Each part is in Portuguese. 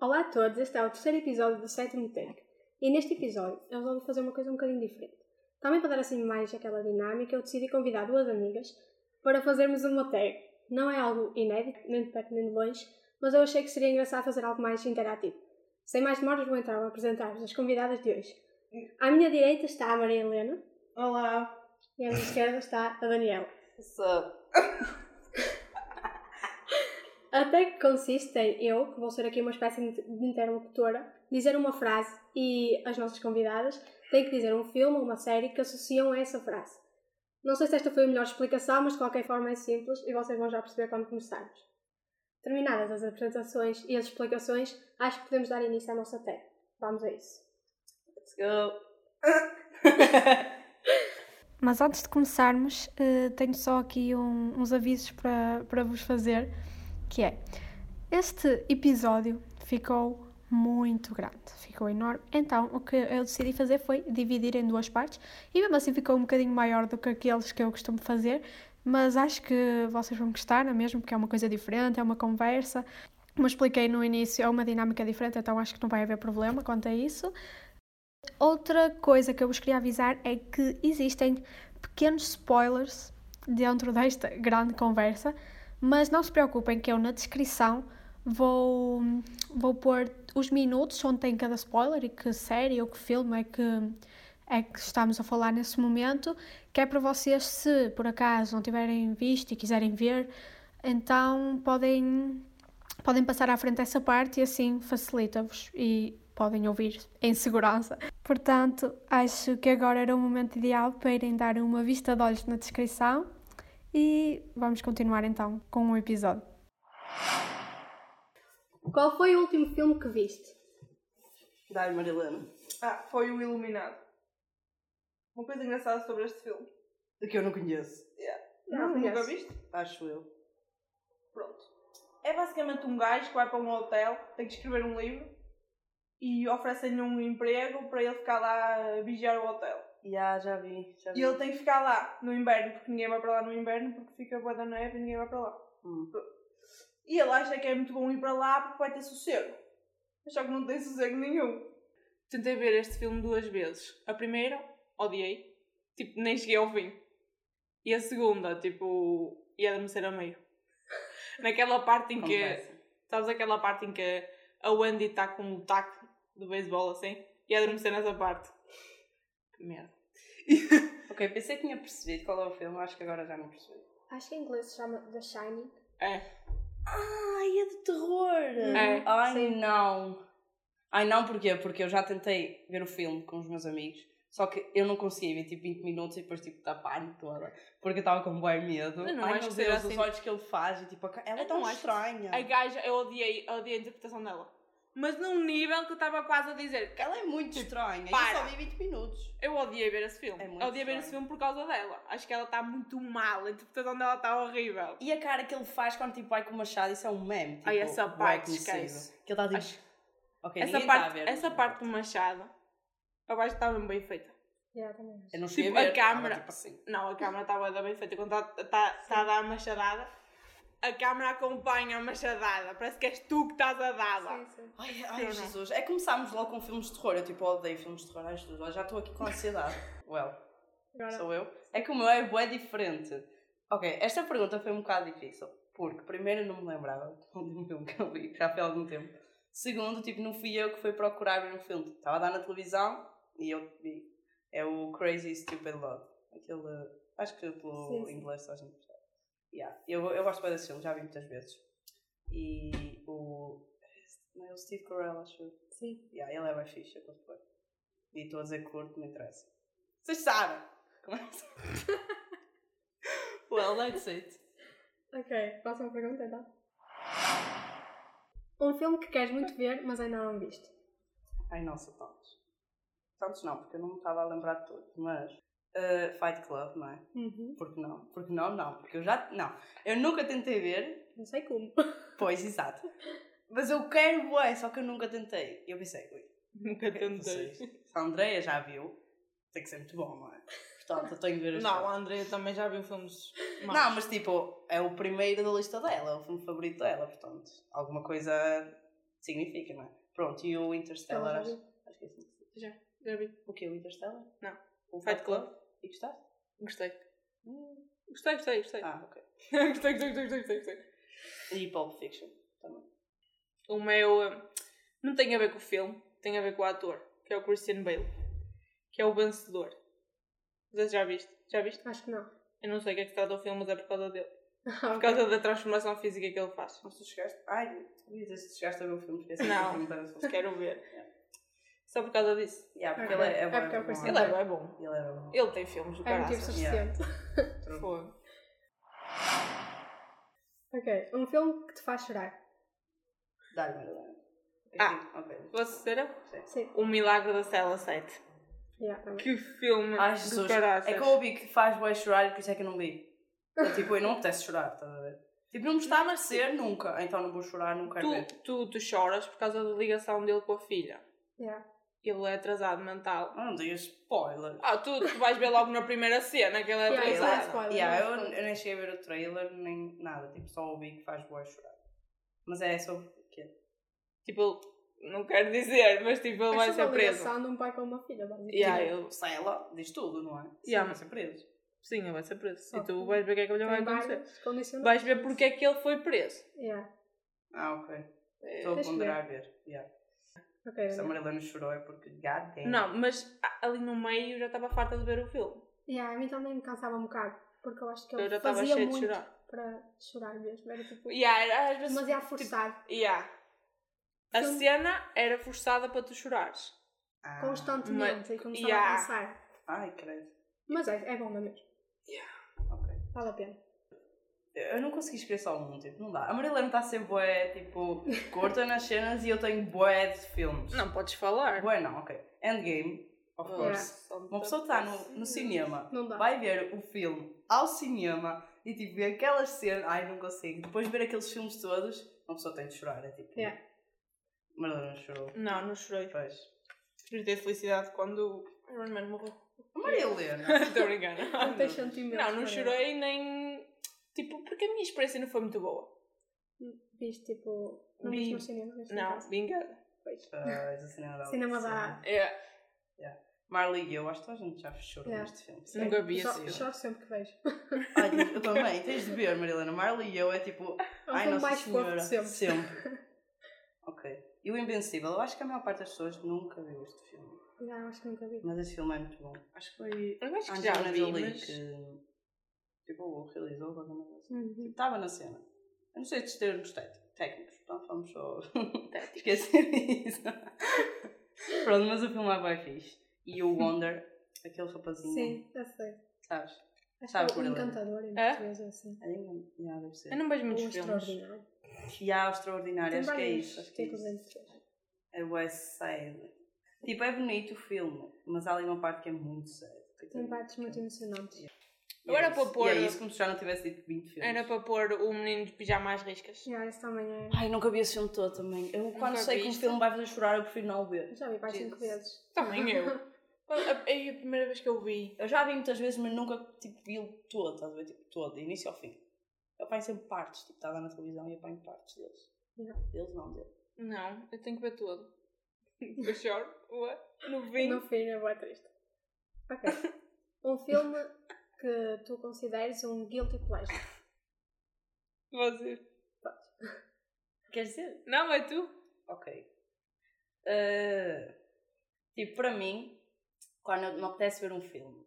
Olá a todos, este é o terceiro episódio do Sétimo Tempo. E neste episódio eu resolvi fazer uma coisa um bocadinho diferente. Também para dar assim mais aquela dinâmica, eu decidi convidar duas amigas para fazermos uma tag. Não é algo inédito, nem de perto nem de longe, mas eu achei que seria engraçado fazer algo mais interativo. Sem mais demoras vou entrar a apresentar-vos as convidadas de hoje. À minha direita está a Maria Helena Olá! e à minha esquerda está a Daniela. Sou. Até que consiste em eu, que vou ser aqui uma espécie de de interlocutora, dizer uma frase e as nossas convidadas têm que dizer um filme ou uma série que associam a essa frase. Não sei se esta foi a melhor explicação, mas de qualquer forma é simples e vocês vão já perceber quando começarmos. Terminadas as apresentações e as explicações, acho que podemos dar início à nossa tag. Vamos a isso. Let's go! Mas antes de começarmos, eh, tenho só aqui um- uns avisos para, para vos fazer, que é este episódio ficou muito grande, ficou enorme. Então o que eu decidi fazer foi dividir em duas partes e mesmo assim ficou um bocadinho maior do que aqueles que eu costumo fazer, mas acho que vocês vão gostar, não é mesmo? Porque é uma coisa diferente, é uma conversa. Como expliquei no início, é uma dinâmica diferente, então acho que não vai haver problema quanto a isso. Outra coisa que eu vos queria avisar é que existem pequenos spoilers dentro desta grande conversa, mas não se preocupem que eu na descrição vou, vou pôr os minutos onde tem cada spoiler e que série ou que filme é que, é que estamos a falar nesse momento, que é para vocês, se por acaso não tiverem visto e quiserem ver, então podem, podem passar à frente essa parte e assim facilita-vos e podem ouvir em segurança. Portanto, acho que agora era o momento ideal para irem dar uma vista de olhos na descrição e vamos continuar então com o episódio. Qual foi o último filme que viste? Dai, Marilena. Ah, foi o Iluminado. Uma coisa engraçada sobre este filme. Que eu não conheço. Yeah. Não nunca conheço. viste? Acho eu. Pronto. É basicamente um gajo que vai para um hotel, tem que escrever um livro e oferecem-lhe um emprego para ele ficar lá a vigiar o hotel. Yeah, já vi, já vi. E ele tem que ficar lá no inverno, porque ninguém vai para lá no inverno, porque fica boa da neve e ninguém vai para lá. Hum. E ele acha que é muito bom ir para lá porque vai ter sossego. Mas só que não tem sossego nenhum. Tentei ver este filme duas vezes. A primeira, odiei. Tipo, nem cheguei ao fim. E a segunda, tipo, ia de mecer a meio. Naquela parte em que. Confesso. Sabes aquela parte em que a Wendy está com um taco de beisebol assim? E adormecer nessa parte. Que merda. Ok, pensei que tinha percebido qual é o filme, acho que agora já não percebi. Acho que em inglês se chama The Shining. É. Ai, é de terror! Uhum. É. Ai, Sim. não! Ai, não, porquê? Porque eu já tentei ver o filme com os meus amigos, só que eu não conseguia ver tipo 20 minutos e depois tipo da pânico toda, porque eu estava com bem medo. Eu não Ai, acho meu que seja Deus, os assim. olhos que ele faz e tipo, a ca- ela é Eu tão não acho que- estranha. A gaja, eu odiei, eu odiei a interpretação dela. Mas num nível que eu estava quase a dizer. Ela é muito estranha, eu tipo, para. só vi 20 minutos. Eu odiei ver esse filme. É muito eu odiei ver esse estranho. filme por causa dela. Acho que ela está muito mal. A interpretação dela está horrível. E a cara que ele faz quando tipo vai com o machado, isso é um meme. Tipo, Ai, essa bué parte, conhecido. esquece. Que ele está tipo. Acho- Ok, Essa ninguém tá a parte, ver, essa mas- parte do Machado, eu acho que está bem bem feita. Yeah, também acho. Eu não cheguei Tipo, a ver. a câmera. estava, tipo assim. Não, a câmera está bué da bem feita. Quando está tá, tá a dar a machadada, a câmera acompanha a machadada. Parece que és tu que estás a dá-la. Sim, sim. Ai, ai Sim, não é? Jesus. É que começámos logo com filmes de terror. Eu tipo, odeio filmes de terror. Ai, Jesus. Eu já estou aqui com ansiedade. Well, Agora, sou eu. É que o meu é bem diferente. Ok, esta pergunta foi um bocado difícil. Porque, primeiro, eu não me lembrava de um filme que eu vi, já foi há algum tempo. Segundo, tipo, não fui eu que fui procurar ver um filme. Estava a dar na televisão e eu vi. É o Crazy Stupid Love. Aquele. Acho que pelo Sim, sim. inglês só a gente percebe. Yeah. Eu, eu gosto bem desse filme, já vi muitas vezes. E o. Não é o Steve Carell, acho eu. sim. Yeah, ele é bem fixe, eu gosto bem. E estou a dizer curto, não interessa. Vocês sabem! Começa. well, that's it. Ok, próxima pergunta então. Um filme que queres muito ver, mas ainda não viste. Ai, nossa, tantos. Tantos não, porque eu não me estava a lembrar de todos, mas... eh, Fight Club, não é? Uhum. Porque não? Porque não, não. Porque eu já... Não. Eu nunca tentei ver. Não sei como. Pois, exato. Mas eu quero, ué, só que eu nunca tentei. E eu pensei, ui, Nunca tentei. vocês- se a Andrea já viu, tem que ser muito bom, não é? Portanto, eu tenho que ver as Não, a Andrea também já viu filmes maus. Não, mas tipo, é o primeiro da lista dela, é o filme favorito dela, portanto, alguma coisa significa, não é? Pronto, e o Ela Interstellar, já acho, viu. acho que é assim. Já vi. O que? O Interstellar? Não. O Fight Fight Club. Club? E gostaste? Gostei. Hum, Gostei, gostei, gostei. Ah, ok. gostei, gostei, gostei, gostei, gostei. E Pulp Fiction? O meu hum, não tem a ver com o filme, tem a ver com o ator, que é o Christian Bale, que é o vencedor. Vocês já viste? Já viste? Acho que não. Eu não sei o que é que se trata o filme, mas é por causa dele. Por causa da transformação física que ele faz. Mas tu chegaste... Ai, tu me dizes que chegaste a ver o filme. Esqueci Não. O filme tá- Quero ver. Só por causa disso. yeah, porque Ok. ele é, É bom. porque eu bom. percebi. Ele é bem bom. Ele é tipo, bom. Ele tem filmes do é caralho. motivo Yeah. suficiente. Fogo. Ok, um filme que te faz chorar. Dá-lhe, dá-lhe. Ah. Ok. Posso dizer? Sim. O Milagre da Cela 7. Yeah, também. Que filme Ai, do Jesus. caralho. É que eu ouvi que faz bem chorar e por isso é que eu não vi. Eu, tipo, eu não apetece chorar, estás a ver? Tipo, não me está a nascer nunca, então não vou chorar, não quero ver. tu, tu, tu choras por causa da ligação dele com a filha. Yeah. Ele é atrasado mental. Ah, não digas spoiler. Ah, tu, tu vais ver logo na primeira cena que ele é Yeah, isso é atrasado. spoiler. Yeah, eu, não é eu nem cheguei a ver o trailer, nem nada. Tipo, só ouvi que faz boa chorar. Mas é sobre o quê? tipo, ele- não quero dizer, mas tipo, ele É vai sobre ser a preso. ligação de um pai com uma filha, basicamente. Yeah, Tipo, ele- Sei lá, diz tudo, não é? Sim, Yeah. vai ser preso. Sim, ele vai ser preso. Só E tu que vais ver o que é que ele Tem vai acontecer. várias condicionantes. Vais ver porque é que ele foi preso. Eh, Yeah. Ah, ok. Estou a Deixa eu ponderar a ver. Yeah. Ok, Se a olha. Marilena chorou é porque, god damn. Não, mas a- ali no meio eu já estava farta de ver o filme. Yeah, a mim também me cansava um bocado, porque eu acho que Eu já ele estava Então fazia cheia de muito chorar. para chorar mesmo. Era tipo, Yeah, era- às vezes, tipo, demasiado forçado, yeah. A Filme- cena era forçada para tu chorares. Ah. constantemente, e começava yeah. a cansar. Ai, credo. Mas é, é bom, não é mesmo? Ok. Vale a pena. Eu não consegui escolher só um, tipo, não dá. A Marilena está a ser bué, tipo, curta nas cenas e eu tenho bué de filmes. Não podes falar. Bué não, ok. Endgame, of Oh, course. são Uma pessoa está no, no tantas- cinema, Não dá. vai ver o filme ao cinema e, tipo, ver aquelas cenas... Ai, não consigo. Depois ver aqueles filmes todos, uma pessoa tem de chorar, é tipo... Yeah. Marilena chorou. Não, não chorei. Pois. Queria ter felicidade quando o Iron Man morreu. A Marilena... Estou brincando. Não tens sentimentos. Não, não para chorei nem. Tipo, porque a minha experiência não foi muito boa. ele. Viste, tipo, não Vi. viste no cinema, viste em Não, casa. vingada. Ah, és a cinema da... Cinema da- É, Marley e eu, acho que toda a gente já chorou Yeah. neste filme. Sim. Nunca vi Cho- esse filme. Choro sempre que vejo. Ai, eu também, tens de ver, Marilena. Marley e eu é tipo... É o filme mais fofo de sempre. sempre. ok. E o Invencível? Eu acho que a maior parte das pessoas nunca viu este filme. Não, acho que nunca vi. Mas este filme é muito bom. Acho que foi eu acho que Ah, já Angelina vi, Jolie mas... que tipo, o realizou qualquer coisa assim. Uhum. Estava na cena. Eu não sei dos termos té- técnicos, portanto vamos só Técnicos. esquecer disso. Pronto, mas o filme é bem fixe. E o Wonder, aquele rapazinho, Sim, eu sei. sabes? Acho que Sabe é por o ele. encantador em É? português, é assim. É, yeah, deve ser. Eu não vejo Ou muitos filmes. extraordinário. E há o extraordinário, Tem acho que é vários isso. Acho que é títulos isso. em português. É West Side. Tipo, é bonito o filme, mas há ali uma parte que é muito séria. Tem partes muito emocionantes. E é Agora isso. para pôr- E é isso como se já não tivesse dito 20 filmes. Era para pôr o menino de pijama às riscas. Já, esse também é. Ai, nunca vi esse filme todo também. Eu quando Nunca sei que um viste? filme vai fazer chorar, eu prefiro não o ver. Já vi mais Jesus. cinco vezes. Também eu. Quando- a- É a primeira vez que eu vi. Eu já vi muitas vezes, mas nunca tipo, vi-o todo, estás a ver? Tipo, todo, de início ao fim. Eu apanho sempre partes, tipo, está lá na televisão e apanho partes deles. Yeah. Uhum. Deles não, deles. Não, eu tenho que ver todo. Eu choro. Ué? No vinho. Não fui, é boa triste. Ok. Um filme que tu consideres um guilty pleasure. Você. Quer dizer, Não, é tu. Ok. Eh, tipo, para mim, quando eu- me apetece ver um filme,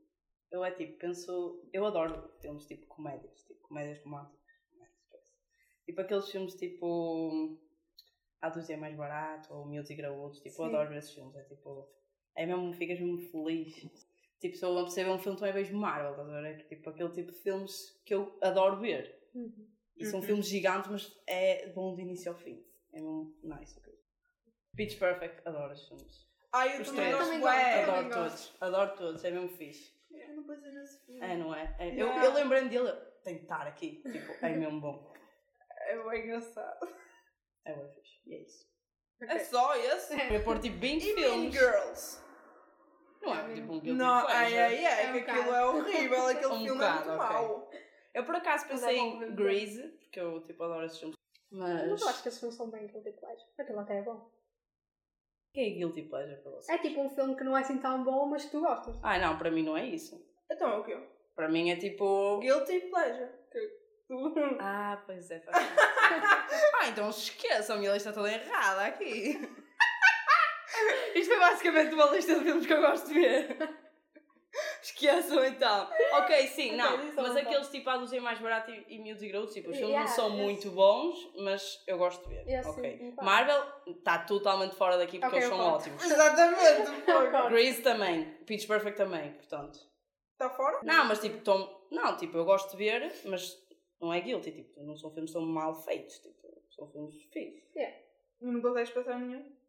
eu é tipo, penso. Eu adoro filmes tipo comédias, tipo comédias românticas. comédias, parece. Tipo aqueles filmes tipo. A dúzia é mais barato, ou Miúdos e Graúdos, tipo, eu Sim. adoro ver esses filmes, é tipo. É mesmo, ficas mesmo feliz. Tipo, se eu não percebo um filme, também vejo Marvel, estás a ver? É que, tipo aquele tipo de filmes que eu adoro ver. E são Uhum. filmes gigantes, mas é bom do início ao fim. É um nice, ok. Pitch Perfect, adoro os filmes. Ai, Os também três. gosto, bué. eu adoro também gosto. todos, adoro todos, é mesmo fixe. Eu não passei nesse filme. É, não é? É, eu- Yeah. Eu, lembrei-me dele, eu tenho que estar aqui. Tipo, é mesmo bom. É bem engraçado. É bem fixe. E é isso. É só esse? Eu ia pôr tipo 20 E Mean filmes. Girls? Não é tipo um guilty Não, ai, pleasure. ai, ai, É um que aquilo bocado. é horrível, aquele Um filme é bocado, muito ok. mau. Eu por acaso Mas pensei é bom ver. em Grease, porque eu tipo adoro esses filmes. Mas eu Mas. acho que esses filmes são bem guilty pleasure. Aquilo até é bom. O que é guilty pleasure para você? É tipo um filme que não é assim tão bom, mas que tu gostas. Ah, não, para mim não é isso. Então é o quê? Para mim é tipo. Guilty pleasure. Que tu- Ah, pois é. faz sentido. ah, então esqueçam, a minha lista está toda errada aqui. Isto foi basicamente uma lista de filmes que eu gosto de ver. Esqueçam então. Ok, sim, não. Ok, são Mas então. aqueles tipo a luz mais barato e, e miúdos e graúdos, tipo, os filmes Yeah, não são esse- muito bons, mas eu gosto de ver. Esse, ok. claro. Marvel está totalmente fora daqui porque Ok, eles eu são concordo. ótimos. Exatamente. porra. Concordo. Grease também. Pitch Perfect também, portanto. Está Tá fora? Não, mas tipo, tão... não, tipo, eu gosto de ver, mas não é guilty, tipo, não são filmes tão mal feitos, tipo, são filmes fixos. Não consegues passar nenhum?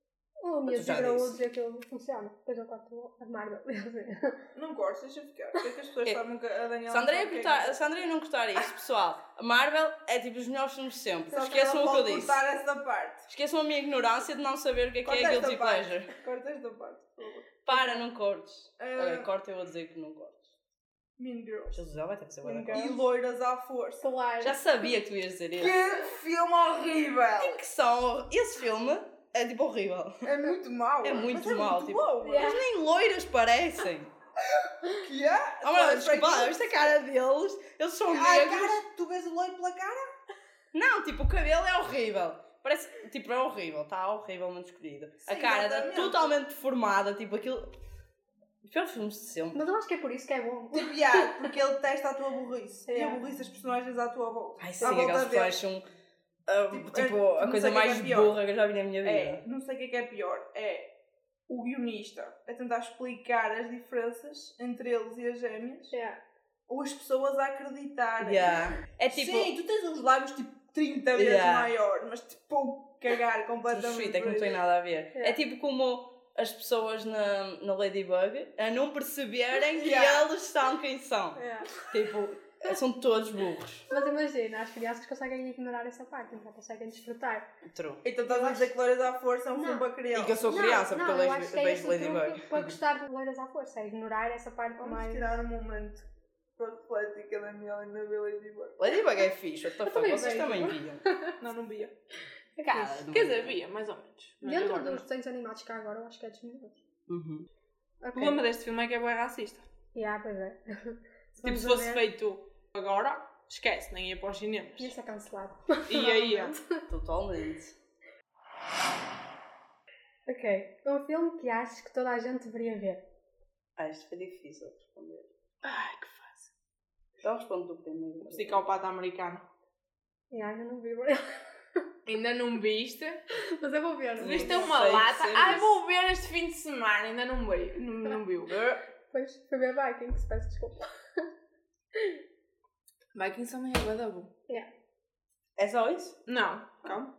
O meu já Zero disse. Woods é que ele funciona. Depois eu corto a Marvel. Não gosto, deixa ficar. Porque as pessoas É. sabem que a Daniela. Se a Andrea sabe o que é cortar- que- se a Andrea não cortar isto, pessoal, a Marvel é tipo os melhores filmes de sempre. Só que Esqueçam é. ela o que eu pode disse. cortar essa parte. Esqueçam a minha ignorância de não saber o que é que Corta é esta guilty parte. pleasure. Corta esta parte, por favor. Para, não cortes. Ah, Olha, corta eu a dizer que não cortes. mean Girls. Jesus, ela vai ter que ser bué da Nunca. corta. E Loiras à Força. Solar. Já sabia que tu ias dizer isso. Que filme horrível! Em que são. Esse filme é tipo horrível. É muito mau. É muito mas é mau, Muito tipo- bom. Mas nem loiras parecem. Que é? Oh, mano, Só é desculpa, para- esta cara deles, eles são Ai, negros. cara, tu vês o loiro pela cara? Não, tipo, o cabelo é horrível. Parece, tipo, é horrível, está horrivelmente escolhido. a Sim, cara está exatamente. totalmente deformada, tipo, aquilo. Pior filme de sempre. Mas eu acho que é por isso que é bom. Tipo, yeah, porque ele testa a tua burrice. E a Yeah. burrice das personagens à tua volta. É. Ai, sim, à volta aquelas dele. pessoas são. ah, Tipo, tipo, eu a não coisa sei o que é que mais é pior. burra que eu já vi na minha vida. É, não sei o que é que é pior. É o guionista a tentar explicar as diferenças entre eles e as gêmeas. Yeah. Ou as pessoas a acreditarem. Yeah. É tipo. Sim, tu tens uns lábios tipo 30 vezes Yeah. maior, mas tipo cagar completamente. Sushi, é que não tem nada a ver. É tipo como as pessoas na, na Ladybug a não perceberem que Yeah. eles são quem são. Yeah. Tipo, são todos burros. Mas imagina, as crianças conseguem ignorar essa parte, não conseguem desfrutar. True. Então estás a dizer que Loiras à Força é um filme Não. para criança. é- E que eu sou Não, criança, não, porque eu eu acho vejo, que é vejo esse o Ladybug. truque Para gostar de loiras à força, é ignorar essa parte Vamos mais. tirar um momento para refletir que a Daniela ainda viu Ladybug. Ladybug é fixe, what the fuck, também vocês vejo. também viam. Não, não via. Cara, não Quer dizer, vejo. via, mais ou menos. Mas Dentro agora dos não. desenhos animados que há agora, eu acho que é dos melhores. Uhum. O Ok. problema deste filme é que é bem racista. Yeah, pois é. tipo, Vamos se a fosse ver. feito agora, esquece, nem ia para os cinemas. Ia ser cancelado. E aí, ó. Totalmente. Ok. Um filme que acho que toda a gente deveria ver. Ah, isto foi difícil de responder. Ai, que fácil. Então respondo do primeiro. Psicopata americano. E ainda não vi. Ainda não viste? Mas eu vou ver. Sim. Viste é uma sei, lata? sei Ai, disso. vou ver este fim de semana. Ainda não viu. Não, não viu. Pois, fui ver Vikings, peço desculpa. Vikings também é bué da bom. É só isso? Não, calma.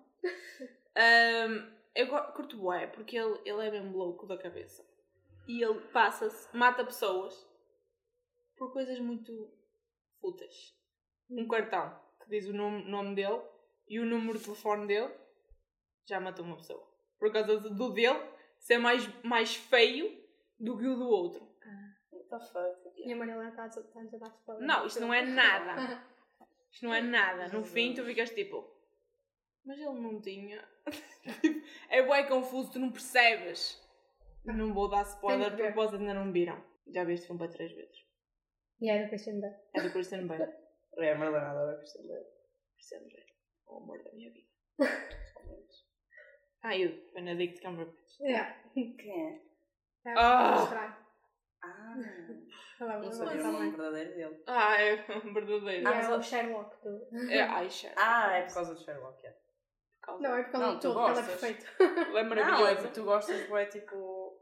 Ahm, eu go- curto bué, porque ele, ele é mesmo louco da cabeça. E ele passa-se, mata pessoas por coisas muito fúteis. Hum. Um cartão que diz o nome, nome dele e o número de telefone dele já matou uma pessoa. Por causa do- do dele ser mais, mais feio do que o do outro. Ah, What the fuck? E a Marilena está é a dizer- está a dizer mais para Não, isto não é nada. Isto não é nada. No fim, tu ficas tipo, mas ele não tinha. Tipo, é bué confuso, tu não percebes. Não vou dar spoiler Tenho que porque ver. vocês ainda não viram. Já vi este filme para três vezes. E era Christian Bale. É do Christian Bale. É, a Marlena adora Christian Bale. Christian Bale. O amor da minha vida. Ah, e o Benedict Cumberbatch. Yeah. Quem é? É, Ah! mostrar. Ah, Ela vai não sabia mostrar o nome também. verdadeiro dele. Ah, é verdadeiro. E Ah, mas é ela- o Sherlock do... É, ai, Sharon. Ah, é por causa do Sherlock, é. Não, é por causa Não, de tu tudo, que ela é gostas. Ele perfeita. é Não, é porque maravilhoso. tu gostas, é tipo,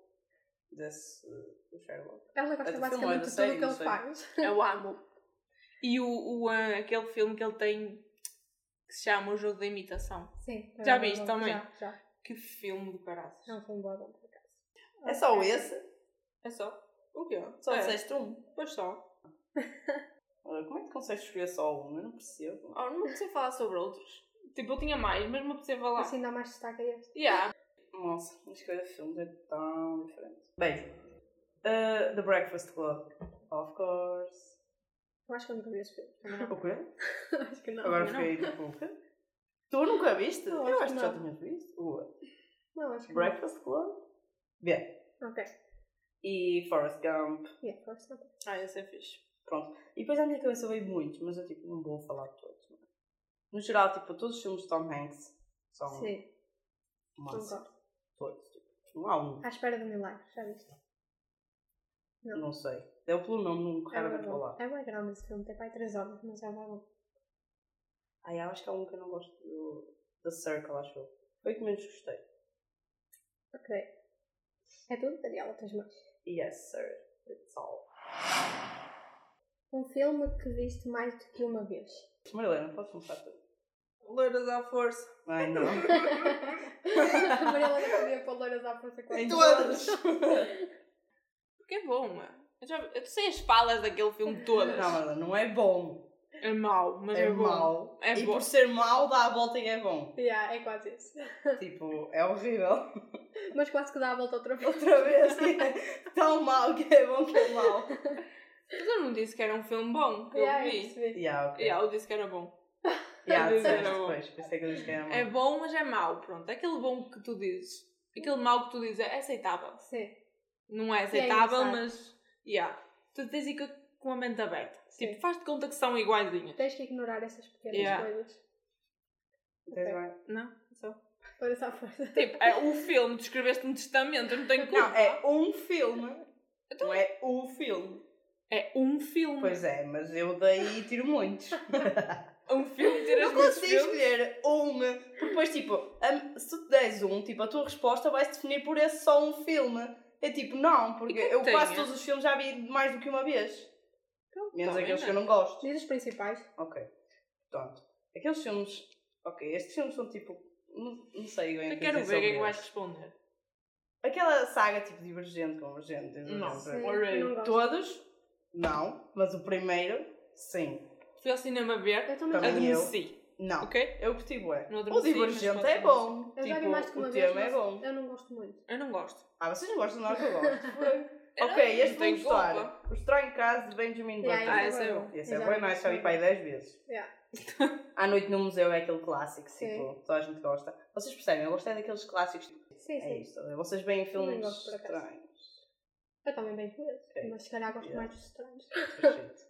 desse, do Sherlock. Ela É do gosta filme, basicamente é da de tudo série, o que não ele sei. faz. Eu amo. E o, o, ah, aquele filme que ele tem que se chama O Jogo da Imitação. Sim. Já é viste bom. também? Já, já. Que filme do caraças. É um filme bom, bom, por acaso. É só esse? É só? O quê? Só é. disseste um? Pois só. Olha, Como é que consegues escolher só um? Eu não percebo. Oh, não precisa falar sobre outros. Tipo, eu tinha mais, mas não precisa falar. Assim dá mais destaque a este. Yeah. Nossa, uma escolha de filmes é tão diferente. Bem, uh, The Breakfast Club. Of course. Eu acho que eu nunca vi esse filme. O quê? acho que não. Agora não. fiquei tipo. o quê? Tu nunca viste? Eu Eu acho acho que que já não. tinhas visto. O Não, acho que não. Breakfast Club. Vê. Ok. E Forrest Gump. Yeah, força. Ah, esse é fixe. E depois à minha cabeça veio muito, mas eu tipo, não vou falar de todos. não é? No geral, tipo, todos os filmes de Tom Hanks Tá são Sim, uma concordo. É todos. Tipo, não há um, À espera do milagre, já viste? Não. não sei. Deu pelo nome, não raramente vou lá. É bem grande esse filme, tem pai 3 horas, mas é bem bom. Ai, eu acho que há um que eu não gosto do The Circle, acho eu. Foi o que menos gostei. Ok. É tudo, Daniela, tens mais. Yes, é sir. It's all. Um filme que viste mais do que uma vez. Marilena, podes começar tu? Loiras à força. Ai, não. a Mariela não podia pôr loiras à força com Em Porque é bom, mano. Eu, já, eu sei as falas daquele filme todas. Não, Marilena, não é bom. É mau, mas é, é bom. mau. É e bom. por ser mau, dá a volta e é bom. Yeah, é quase isso. tipo, é horrível. Mas quase que dá a volta outra vez. Outra vez, que é tão mau que é bom que é mau. Mas eu não disse que era um filme bom, que Yeah, eu eu vi. percebi. Yeah, ok. Yeah, eu disse que era bom. Yeah, Eu disse disseste era bom. depois. Pensei que eu disse que era mau. É bom, mas é mau, pronto. É Aquele bom que tu dizes. Aquele mau que tu dizes é aceitável. Sim. Não é E aceitável, é engraçado. mas... Yeah. Tu tens de ir co- com a mente aberta. Sim. Tipo, faz de conta que são iguaizinhas. Tens que ignorar essas pequenas Yeah. coisas. Tens mais? Não? Só. Loiras à força. Tipo, é o filme, tu escreveste um testamento, eu não Então tenho Não, culpa. é um filme. Não é o filme. É um filme. Pois é, mas eu daí tiro muitos. Um filme tiras Não muitos consigo filmes. escolher um. Porque depois, tipo, a- se tu te des um, tipo, a tua resposta vai se definir por esse só um filme. É tipo, não, porque E que é que eu quase tem, todos os filmes já vi mais do que uma vez. Menos também, aqueles né? que eu não gosto. Diz os principais. Ok. Portanto, aqueles filmes. Ok, estes filmes são tipo. Não, não sei bem. o Eu que quero dizer ver o que é sobre que vais eles. responder. Aquela saga tipo divergente, convergente, Não, divergente. Alright. eu não gosto. Todos? Não. Mas o primeiro, sim. Fui ao cinema ver, Eu também Também gosto. eu. adormeci. Não. Ok? Eu curti bué. Não O adormeci, divergente mas é bom. Eu já vi tipo, mais do que uma o vez, tema é mas bom. eu não gosto muito. Eu não gosto. Ah, vocês não gostam de nós que eu gosto. Eu não- ok, este não vou tenho gostar. culpa. O Estranho Caso de Benjamin Button. Ah, esse é bom. Esse é Já bem vi nice, já vi bastante. para aí 10 vezes. Yeah. À Noite no Museu é aquele clássico, Sim. tipo, toda a gente gosta. Vocês percebem, eu gosto é daqueles clássicos. Sim, É sim. isto, vocês veem filmes gosto, por acaso. estranhos. Eu também bem com eles. Ok. Mas se calhar gosto É Yeah. mais dos estranhos. Shit.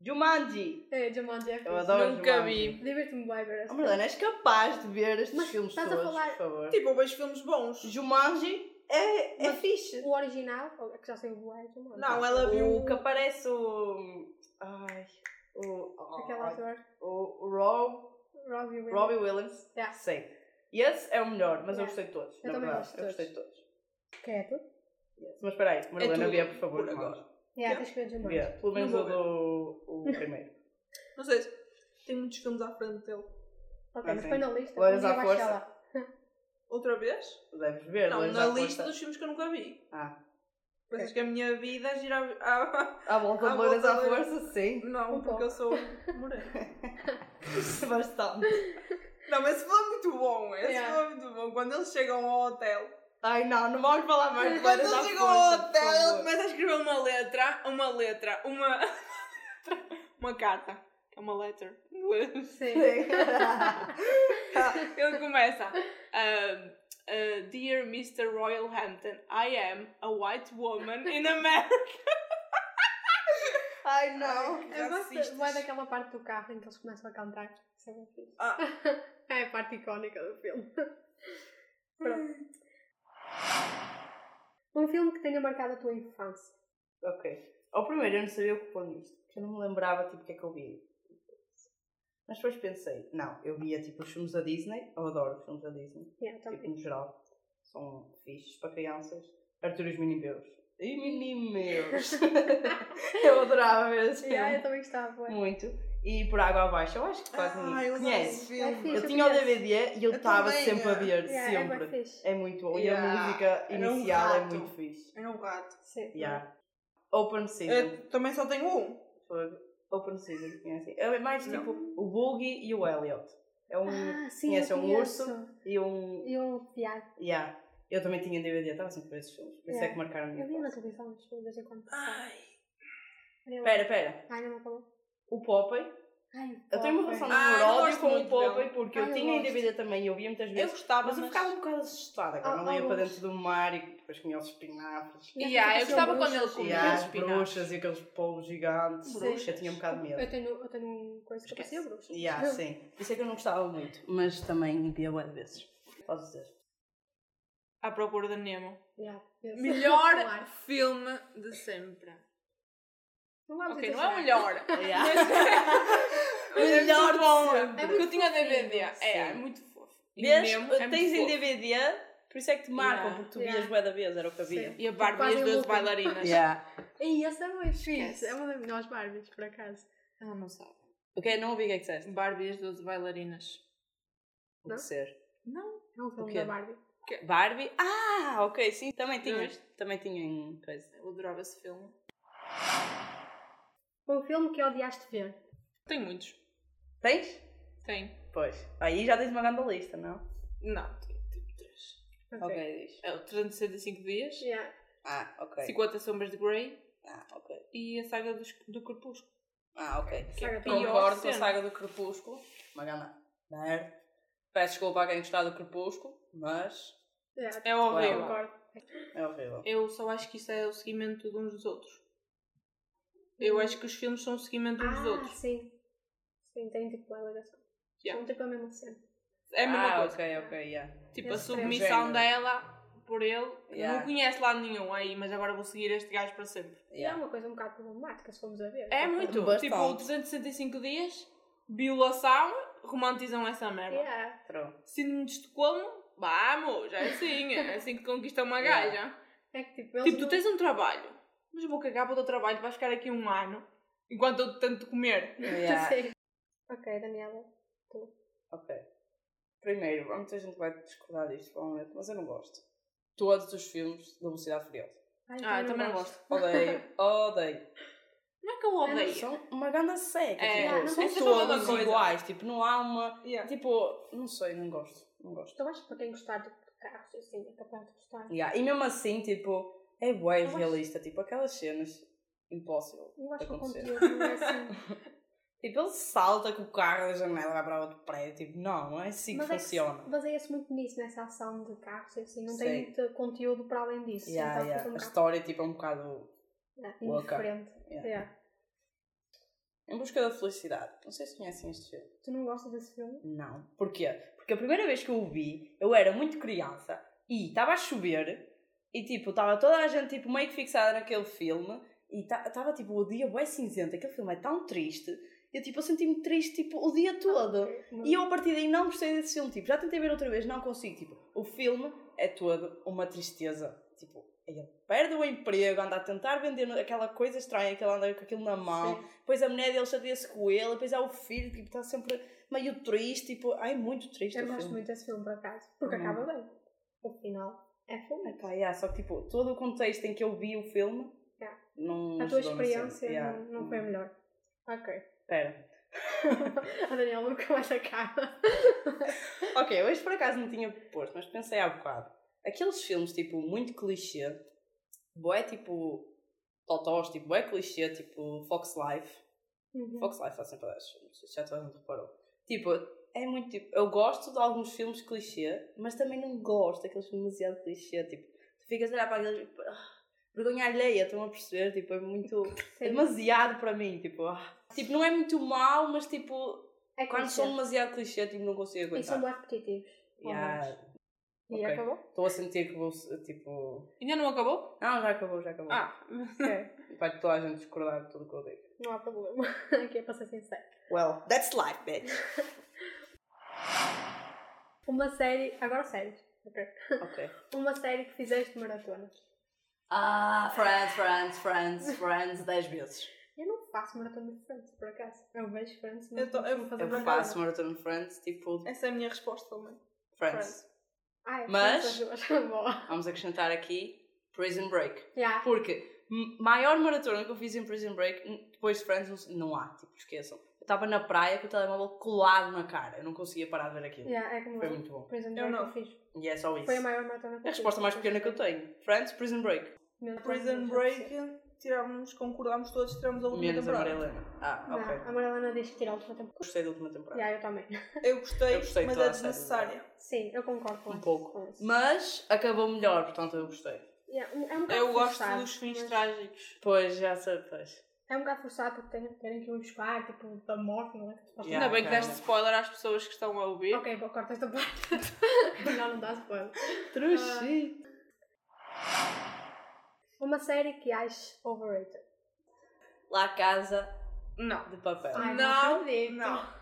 Jumanji! É, Jumanji é Eu fixe. adoro Nunca Jumanji. Divirto-me bem a ver Oh, essa. Merlana, és capaz de ver estes Mas filmes estás a todos, falar- por favor. Tipo, eu vejo filmes bons. Jumanji é, é Mas- fixe. O original, ou- que já sei o é Jumanji. Não, ela viu O que aparece o... Ai... O... oh, Aquele ator, o Rob... Robbie Williams. Robbie Williams. Yeah. Sei. E esse é o melhor, mas Yeah. eu gostei de todos. Eu na também verdade. gosto de eu gostei de todos. Que é tu? Yes. Mas espera aí, Marilena, tudo, vê, por favor. por irmãos. Yeah, tens que ver Jumanji. Vê, pelo menos Não o vou do o primeiro. Não sei, tem muitos filmes à frente dele. Ok, Ah, mas sim. põe na lista. Loiras um dia à vais força. chegar lá. Outra vez? Deves ver, não, dois na à lista força. dos filmes que eu nunca vi. Ah, Pensas que a minha vida gira a... à volta À de loiras volta à de loiras. força, sim. Não, Um porque eu sou morena. Bastante. não, mas esse filme é muito bom. Esse Yeah. filme é muito bom. Quando eles chegam ao hotel... Ai não, não vamos falar mais de Quando loiras à ele força. chegou ao por hotel, ele favor. começa a escrever uma letra. Letra, uma letra, uma... uma carta. É uma letter. Sim. Ele começa. ah, ah, Dear Mr. Royal Hampton, I am a white woman in America. Ai não. É Eu gosto racistas. vai daquela parte do carro em que eles começam a cantar. Isso é bem fixe. Ah. é a parte icónica do filme. Pronto. Um filme que tenha marcado a tua infância. Ok. Ao primeiro eu não sabia o que pôr nisto, porque eu não me lembrava tipo o que é que eu via. Mas depois pensei, não, eu via tipo os filmes da Disney, eu adoro os filmes da Disney, Yeah, eu tipo também. no geral, são fixes para crianças. Arthur e os Minimeus. E Minimeus! eu adorava ver esse filme. Yeah, eu também gostava. bué. Muito. E por água abaixo, eu acho que quase Ah, ninguém eu conhece. vi um É filme. fixe. Eu eu tinha o conheço. DVD e eu Eu estava também, sempre a é. Yeah, ver, é bem sempre. fixe. É muito bom. E a Yeah. música Era um inicial é rato. muito fixe. Era um rato. Sim. Yeah. Open Season. Eu também só tenho um. Fogo. Open Season, conhecem? É mais tipo o Boogie e o Elliot. É um. Ah, sim, Conhece eu um conheço. E um. E um viado. Yeah. Eu também tinha DVD, estava sempre por esses filmes. Por isso é que Yeah. marcaram a Eu vi minha na infância. televisão, mas de vez em quando. passava. Ai, Olha lá. Ah, Pera, pera. Ai, não me acabou. O Popeye Ai, Eu tenho uma pobre. relação de Ah, eu amor ódio gosto com muito o Popeye porque Ah, eu eu tinha ainda gosto. vida também, eu via muitas Eu vezes. gostava, Mas eu ficava um bocado assustada quando Ah, ele ia ah, para gosto. dentro do mar e depois comia os espinafres. E Yeah, eu essas gostava bruxas, quando ele E comia as os espinafres. bruxas e aqueles povos gigantes. Sim. Bruxa, eu tinha um bocado de medo. Eu tenho, eu tenho uma coisa que Esquece. apareceu, bruxa. Yeah, sim. Isso é que eu não gostava muito, mas também via bué de vezes. Posso dizer. À procura da Nemo. Yeah, yes. Melhor Claro. filme de sempre. Não vamos Ok, não é exagerar. o melhor. é melhor muito bom. de sempre. É Porque muito eu tinha DVD. fofinho, É, é sim. muito fofo. E Vês? mesmo, é tens em muito fofo. DVD, por isso é que te marcam, Yeah. porque tu Yeah. vias bué da vez, era o que eu via. Sim. E a Barbie e Fazem as um duas looping. bailarinas. Yeah. E essa é mais Esquece. fixe. É uma das melhores Barbies, por acaso. Ela não sabe. Ok, não ouvi o que é que disseste. Barbie e as duas bailarinas. Pode Não? ser. Não. É um filme quê? da Barbie. Barbie? Ah, ok, sim, também tinhas. Também tinha em coisa. Eu adorava esse filme. Um filme que odiaste ver. Tem muitos. Tens? Tem. Pois. Aí já tens uma grande lista, não? Não, tem tipo três. Ok, diz. É o 365 dias, Yeah. Ah, ok. 50 sombras de Grey Ah, ok. e a saga dos- do Crepúsculo. Ah, ok. Saga Pior Concordo com cena. a saga do Crepúsculo. Uma grande merda. Peço desculpa a quem gostar do Crepúsculo, mas Yeah, É horrível. Concordo. é horrível. Eu só acho que isso é o seguimento de uns dos outros. Hum. Eu acho que os filmes são o seguimento uns Um dos Ah, outros. sim. Sim, tem tipo uma ligação. Yeah. São tipo a mesma cena. É a mesma ah, coisa. ok, ok, yeah. Tipo, a Esse tem submissão género. dela por ele. Yeah. Não conhece lá nenhum aí, mas agora vou seguir este gajo para sempre. E é yeah. uma coisa um bocado problemática, se formos a ver. É Porque- muito. Bastante. Tipo, o 365 dias, violação, romantizam essa merda. Yeah. True. Síndrome de Estocolmo, vamos, já é assim, é assim que conquista uma Yeah. gaja. É que tipo, eles Tipo, tu não- tens um trabalho, mas eu vou cagar para o teu trabalho, vais ficar aqui um ano, enquanto eu tento comer. Yeah. Sim. Ok, Daniela. Ok. Primeiro, há muita gente que vai discordar disto, provavelmente, mas eu não gosto. Todos os filmes da Velocidade Furiosa. Ai, Ah, eu também não gosto. Odeio, odeio. Não é que eu odeio. São uma grande seca. É, tipo, não são sei se é toda uma todos coisa. iguais. Tipo, não há uma. Yeah. Tipo, não sei, não gosto. Não gosto. Eu Então, acho que para quem gostar de carros, assim, é capaz de gostar. Yeah, E mesmo assim, tipo, é bué Eu acho- realista. Tipo, aquelas cenas. Impossível. Eu acho que o Acontecer. conteúdo não é assim. Tipo, ele salta com o carro da janela vai para outro prédio. Tipo, não, não é assim que Mas é que se funciona. baseia-se muito nisso, nessa ação de carros, assim. Não Sim. tem muito conteúdo para além disso. Yeah, então yeah. A fica um história, tipo, é um bocado. bocado Boa cara. indiferente. Yeah. Yeah. Em busca da felicidade. Não sei se conhecem este filme. Tu não gostas desse filme? Não. Porquê? Porque a primeira vez que eu o vi, eu era muito criança e estava a chover e tipo, estava toda a gente tipo, meio que fixada naquele filme e estava tipo o dia bué cinzento, aquele filme é tão triste. Eu tipo, eu senti-me triste tipo o dia todo. E eu a partir daí não gostei desse filme, tipo, já tentei ver outra vez, não consigo, tipo, o filme é todo uma tristeza, tipo, ele perde o emprego, anda a tentar vender aquela coisa estranha que ele anda com aquilo na mão, depois a mulher dele chateia-se com ele, depois há o filho, tipo, está sempre meio triste, tipo, ai, muito triste Eu o gosto filme. muito desse filme, por acaso. Porque Hum. acaba bem. O final é feliz. Epá, yeah, só que, tipo, todo o contexto em que eu vi o filme, Yeah. não A tua ajudou na cena, experiência yeah. não, não foi a melhor. Ok. Espera. a Daniela nunca mais acaba. Ok, hoje por acaso não tinha posto, mas pensei há bocado. Aqueles filmes, tipo, muito clichê, boé, tipo, totós, tipo, boé clichê, tipo, Fox Life. Uhum. Fox Life faz sempre esses filmes, isso já toda a gente reparou. Tipo, é muito, tipo, eu gosto de alguns filmes clichê, mas também não gosto daqueles filmes demasiado clichê, tipo, tu ficas a olhar para aqueles, tipo, ah, vergonha alheia, estão a perceber, tipo, é muito, Sim. é demasiado para mim, tipo, ah. Tipo, não é muito mau, mas, tipo, É quando clichê. são demasiado clichê, tipo, não consigo E são aguentar. bem repetitivos. Yeah. E Ok. acabou? Estou a sentir que vou, tipo... Ainda não acabou? Não, já acabou, já acabou. Ah, Ok. Vai toda a gente discordar de tudo que eu digo. Não há problema. Aqui é para ser sincero. Well, that's life, bitch. Uma série. Agora séries. Ok. ok. Uma série que fizeste maratona. Ah, Friends, Friends, Friends, Friends, 10 vezes. Eu não faço maratona de Friends, por acaso. Eu vejo Friends, mas Eu tô- eu- não fazer Eu faço maratona Friends, tipo essa é a minha resposta também. Friends. Ah, é mas- Friends, as duas. Boa. Vamos acrescentar aqui Prison Break. Yeah. Porque m- maior maratona que eu fiz em Prison Break, n- depois de Friends, não se- não há, tipo, esqueçam. Eu estava na praia com o telemóvel colado na cara, eu não conseguia parar de ver aquilo. Yeah, é como Foi eu. muito bom. Por exemplo, Eu eu não. não fiz. E é só isso. Foi a maior maratona que É a resposta mais pequena que eu tenho. Friends, Prison Break. tenho. Prison Break. tirámos, concordámos todos, tirámos a última Menos a temporada. Marilena. Ah, Não, ok. a Marilena deixa tirar a última temporada. Gostei da última temporada. Já, eu também. Eu gostei, Eu gostei mas toda é a série. desnecessária. Sim, eu concordo com Um isso, pouco. com isso. Mas acabou melhor, portanto eu gostei. Yeah, um- é um bocado Eu gosto forçado, dos fins mas trágicos. Pois, já acertei. É um bocado forçado porque tem- terem que ir buscar, tipo, da morte, não é? Que tu podes- Yeah. Ainda bem que ok. deste spoiler às pessoas que estão a ouvir. Ok, vou cortar esta parte. Melhor não dá spoiler. Truxi. Uma série que acho overrated. La Casa Não. de Papel. Ai, Não, acredito. não.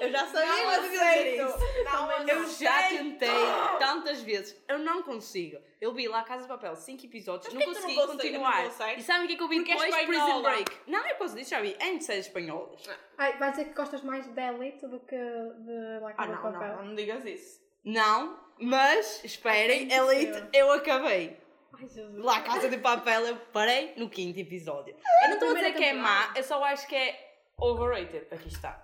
Eu já sabia Não que você ia dizer isso. aceito. Não Ah, Eu aceito. já tentei tantas vezes. Eu não consigo. Eu vi lá Casa de Papel 5 episódios, não porquê que tu consegui não consegue- continuar. não consegue? e sabem o que é que eu vi Porque é depois? Prison espanhola. Ah. Break. Não, eu posso dizer, já vi antes séries espanholas. Ai, vai dizer que gostas mais de Elite do que de La Ah, Casa de não, Papel? não, não digas isso. Não, mas esperem, Ai, meu Elite, Deus. eu acabei. Ai, Jesus. Lá Casa de Papel, eu parei no quinto episódio. Eu não estou a dizer Primeira que é temporada. má, eu só acho que é overrated. Aqui está.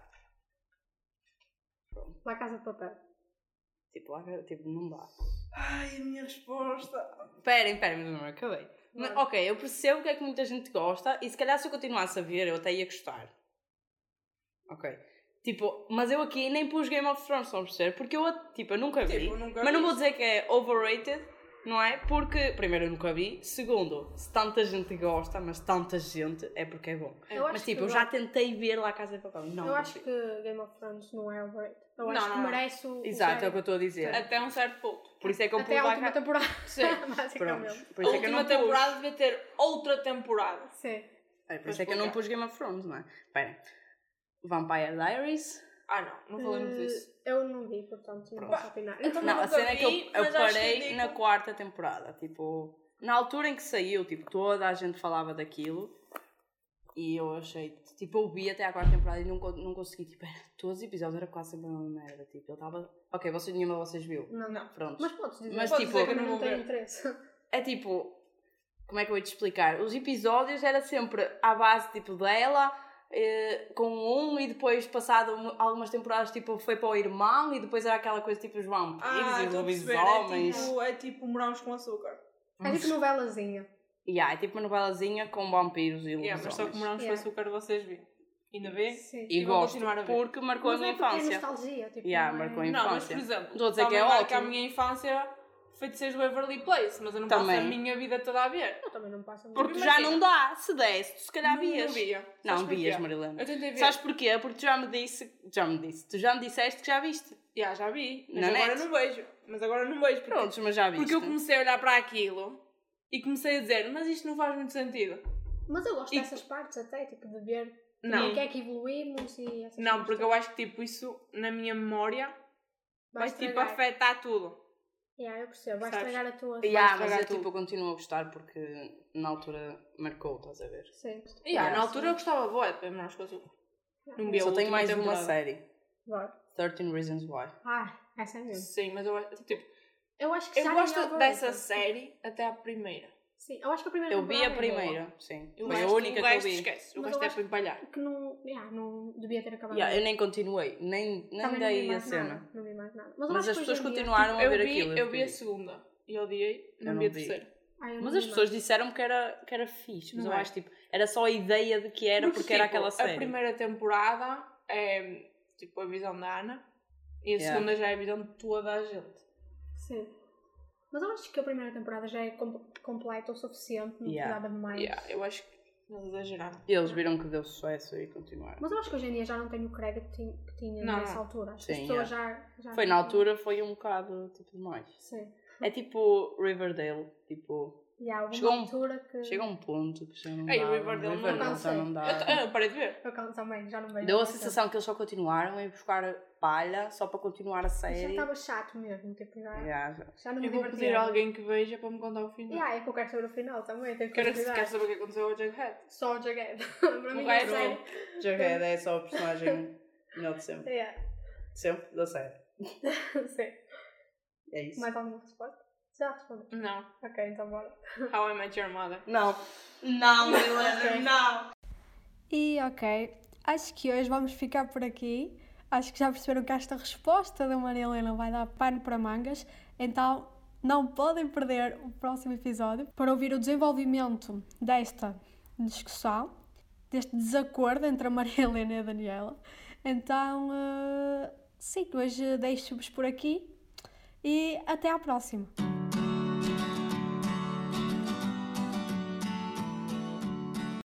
La Casa de Papel. Tipo, lá, tipo não dá. Ai, a minha resposta. Esperem, esperem, mas não acabei. Mas, Bora. ok, eu percebo que é que muita gente gosta e se calhar se eu continuasse a ver eu até ia gostar. Ok. Tipo, mas eu aqui nem pus Game of Thrones, estão a perceber? Porque eu, tipo, eu nunca vi. Tipo, nunca mas não vi. vou dizer que é overrated, não é? Porque, primeiro, eu nunca vi. Segundo, se tanta gente gosta, mas tanta gente, é porque é bom. Eu acho mas tipo, que eu já tentei ver lá a Casa de Papel. Não, Eu acho consegui. que Game of Thrones não é overrated. Eu Não, acho não, que não. merece o. o Exato, é o que eu crédito. estou a dizer. Até um certo ponto. Por isso é que eu pus Até a lá última temporada. Sim. Basicamente. Pronto, por A isso é que eu não última pus. temporada devia ter outra temporada. Sim. É, por Mas isso é que eu não vulgar. pus Game of Thrones, não é? Esperem. Vampire Diaries. Ah, não. Não falamos disso. Eh, Eu não vi, portanto, não posso opinar. Então Não, a nunca cena é que eu, vi, eu mas acho tipo parei ridículo. na quarta temporada. Tipo, na altura em que saiu, tipo, toda a gente falava daquilo. E eu achei, tipo, eu vi até à quarta temporada e não, con- não consegui. Tipo, era, todos os episódios era quase sempre a mesma merda. Tipo, eu estava. Ok, vocês, nenhuma de vocês viu. Não, não. Pronto. Mas podes dizer. Mas, Podes tipo, dizer que eu não não vou tenho ver. interesse. é tipo, como é que eu ia te explicar? Os episódios era sempre à base tipo dela, eh, com um, e depois passado um- algumas temporadas tipo foi para o irmão, e depois era aquela coisa tipo os vampiros Ah, e os estou a perceber. lobisomens. É tipo, é tipo morangos com açúcar. É tipo novelazinha. Yeah, é tipo uma novelazinha com vampiros e Yeah, mas lobisomens. só que moramos Yeah. com açúcar vocês vi. Ainda vê? Sim. E e vou gosto, continuar a ver. porque marcou a Mas minha é porque é infância. nostalgia. Tipo, Yeah, não é- marcou a Não, mas infância. por exemplo, Estou a dizer que é também marca a ótimo. minha infância feiticeiros do Waverly Place, mas eu não Também. passo a minha vida toda a ver. Eu também não passo muito. Porque já Imagina. não dá, se desse, tu se calhar Não- vias. Não via. Não, Sabes porquê? vias, Marilena. Eu tentei ver. Sabes porquê? Porque tu já me disse, já me disse, tu já me disseste que já viste. Já, já vi. Mas Na agora net. não vejo. Mas agora não vejo. Porque, Prontos, mas já viste. porque eu comecei a olhar para aquilo e comecei a dizer, mas isto não faz muito sentido. Mas eu gosto E- dessas partes até, tipo, de ver Não. o que é que evoluímos e essas Hum. Não, coisas porque eu todas. acho que tipo isso na minha memória vai tipo estragar. afetar tudo. Yeah, eu percebo, vai Sabes? estragar a tua. Vai Yeah, mas estragar eu, tipo, tudo. eu continuo a gostar porque na altura marcou, estás a ver? Sim. Yeah, Yeah, na altura eu gostava boa de ver morangos com açúcar. Não vi a Só última tenho mais uma temporada. série. Bora. 13 Reasons Why. Ah, essa é mesmo. Sim, mas eu acho tipo, Eu acho que Eu já nem gosto houve dessa outra. série até à primeira. Sim, eu acho que a primeira Eu vi a temporada é primeira, sim. Eu Foi a gosto- única o que eu resto vi. Esquece. O Mas resto eu é acho- para empalhar. boa, Que não, yeah, não devia ter acabado. Yeah, eu nem continuei, nem, nem Também não vi dei a mais cena. Nada, não vi mais nada. eu Mas acho as que hoje pessoas em dia- tipo, continuaram a Eu ver vi, aquilo. eu vi a fiquei- segunda e odiei, não, não vi a vi. terceira. Ai, eu não Mas vi as pessoas mais. disseram que era, que era fixe, mas Não eu é. acho tipo, era só a ideia de que era porque, era tipo, aquela série. A primeira temporada é tipo a visão da Ana e a Yeah. segunda já é a visão de toda a gente. Sim. Mas eu acho que a primeira temporada já é com- completa o suficiente, não Yeah. precisava de mais. Yeah, eu acho que eles exageraram. Eles viram que deu sucesso e continuaram. Mas eu acho que hoje em dia já não tenho o crédito que tin- que tinha Não, nessa não. altura. Acho que Sim, as pessoas já, já. Foi na altura, foi um bocado tipo demais. Sim. É tipo Riverdale, tipo, E há Chegou alguma um- altura que. Chega a um ponto que já não Ei, dá. o Riverdale não Riverdale dá. já não Eu, t- dá. eu Ah, parei de ver. Eu canto também, já não vejo. Deu a mais sensação que eles só continuaram a ir buscar palha só para continuar a tanto. Já série. tá estava chato mesmo, tipo, já, Yeah, já. já não me Eu vou divertia. pedir a alguém que veja para me contar o final. Yeah, é que eu quero saber o final também, tenho Quero que se curiosidade. quer saber o que aconteceu ao Jughead. Só o Jughead. Para mim, O não é resto- sério. Jughead é só o personagem melhor de sempre. Yeah. Sempre da série. Sim. É isso. Mais alguma resposta? Já respondi. Não. Ok, então bora. How I Met Your Mother. Não. Não, Milena, Ok. não. E ok, acho que hoje vamos ficar por aqui. Acho que já perceberam que esta resposta da Maria Helena vai dar pano para mangas, então não podem perder o próximo episódio para ouvir o desenvolvimento desta, discussão, deste desacordo entre a Maria Helena e a Daniela. Então, eh, sim, hoje deixo-vos por aqui e até à próxima.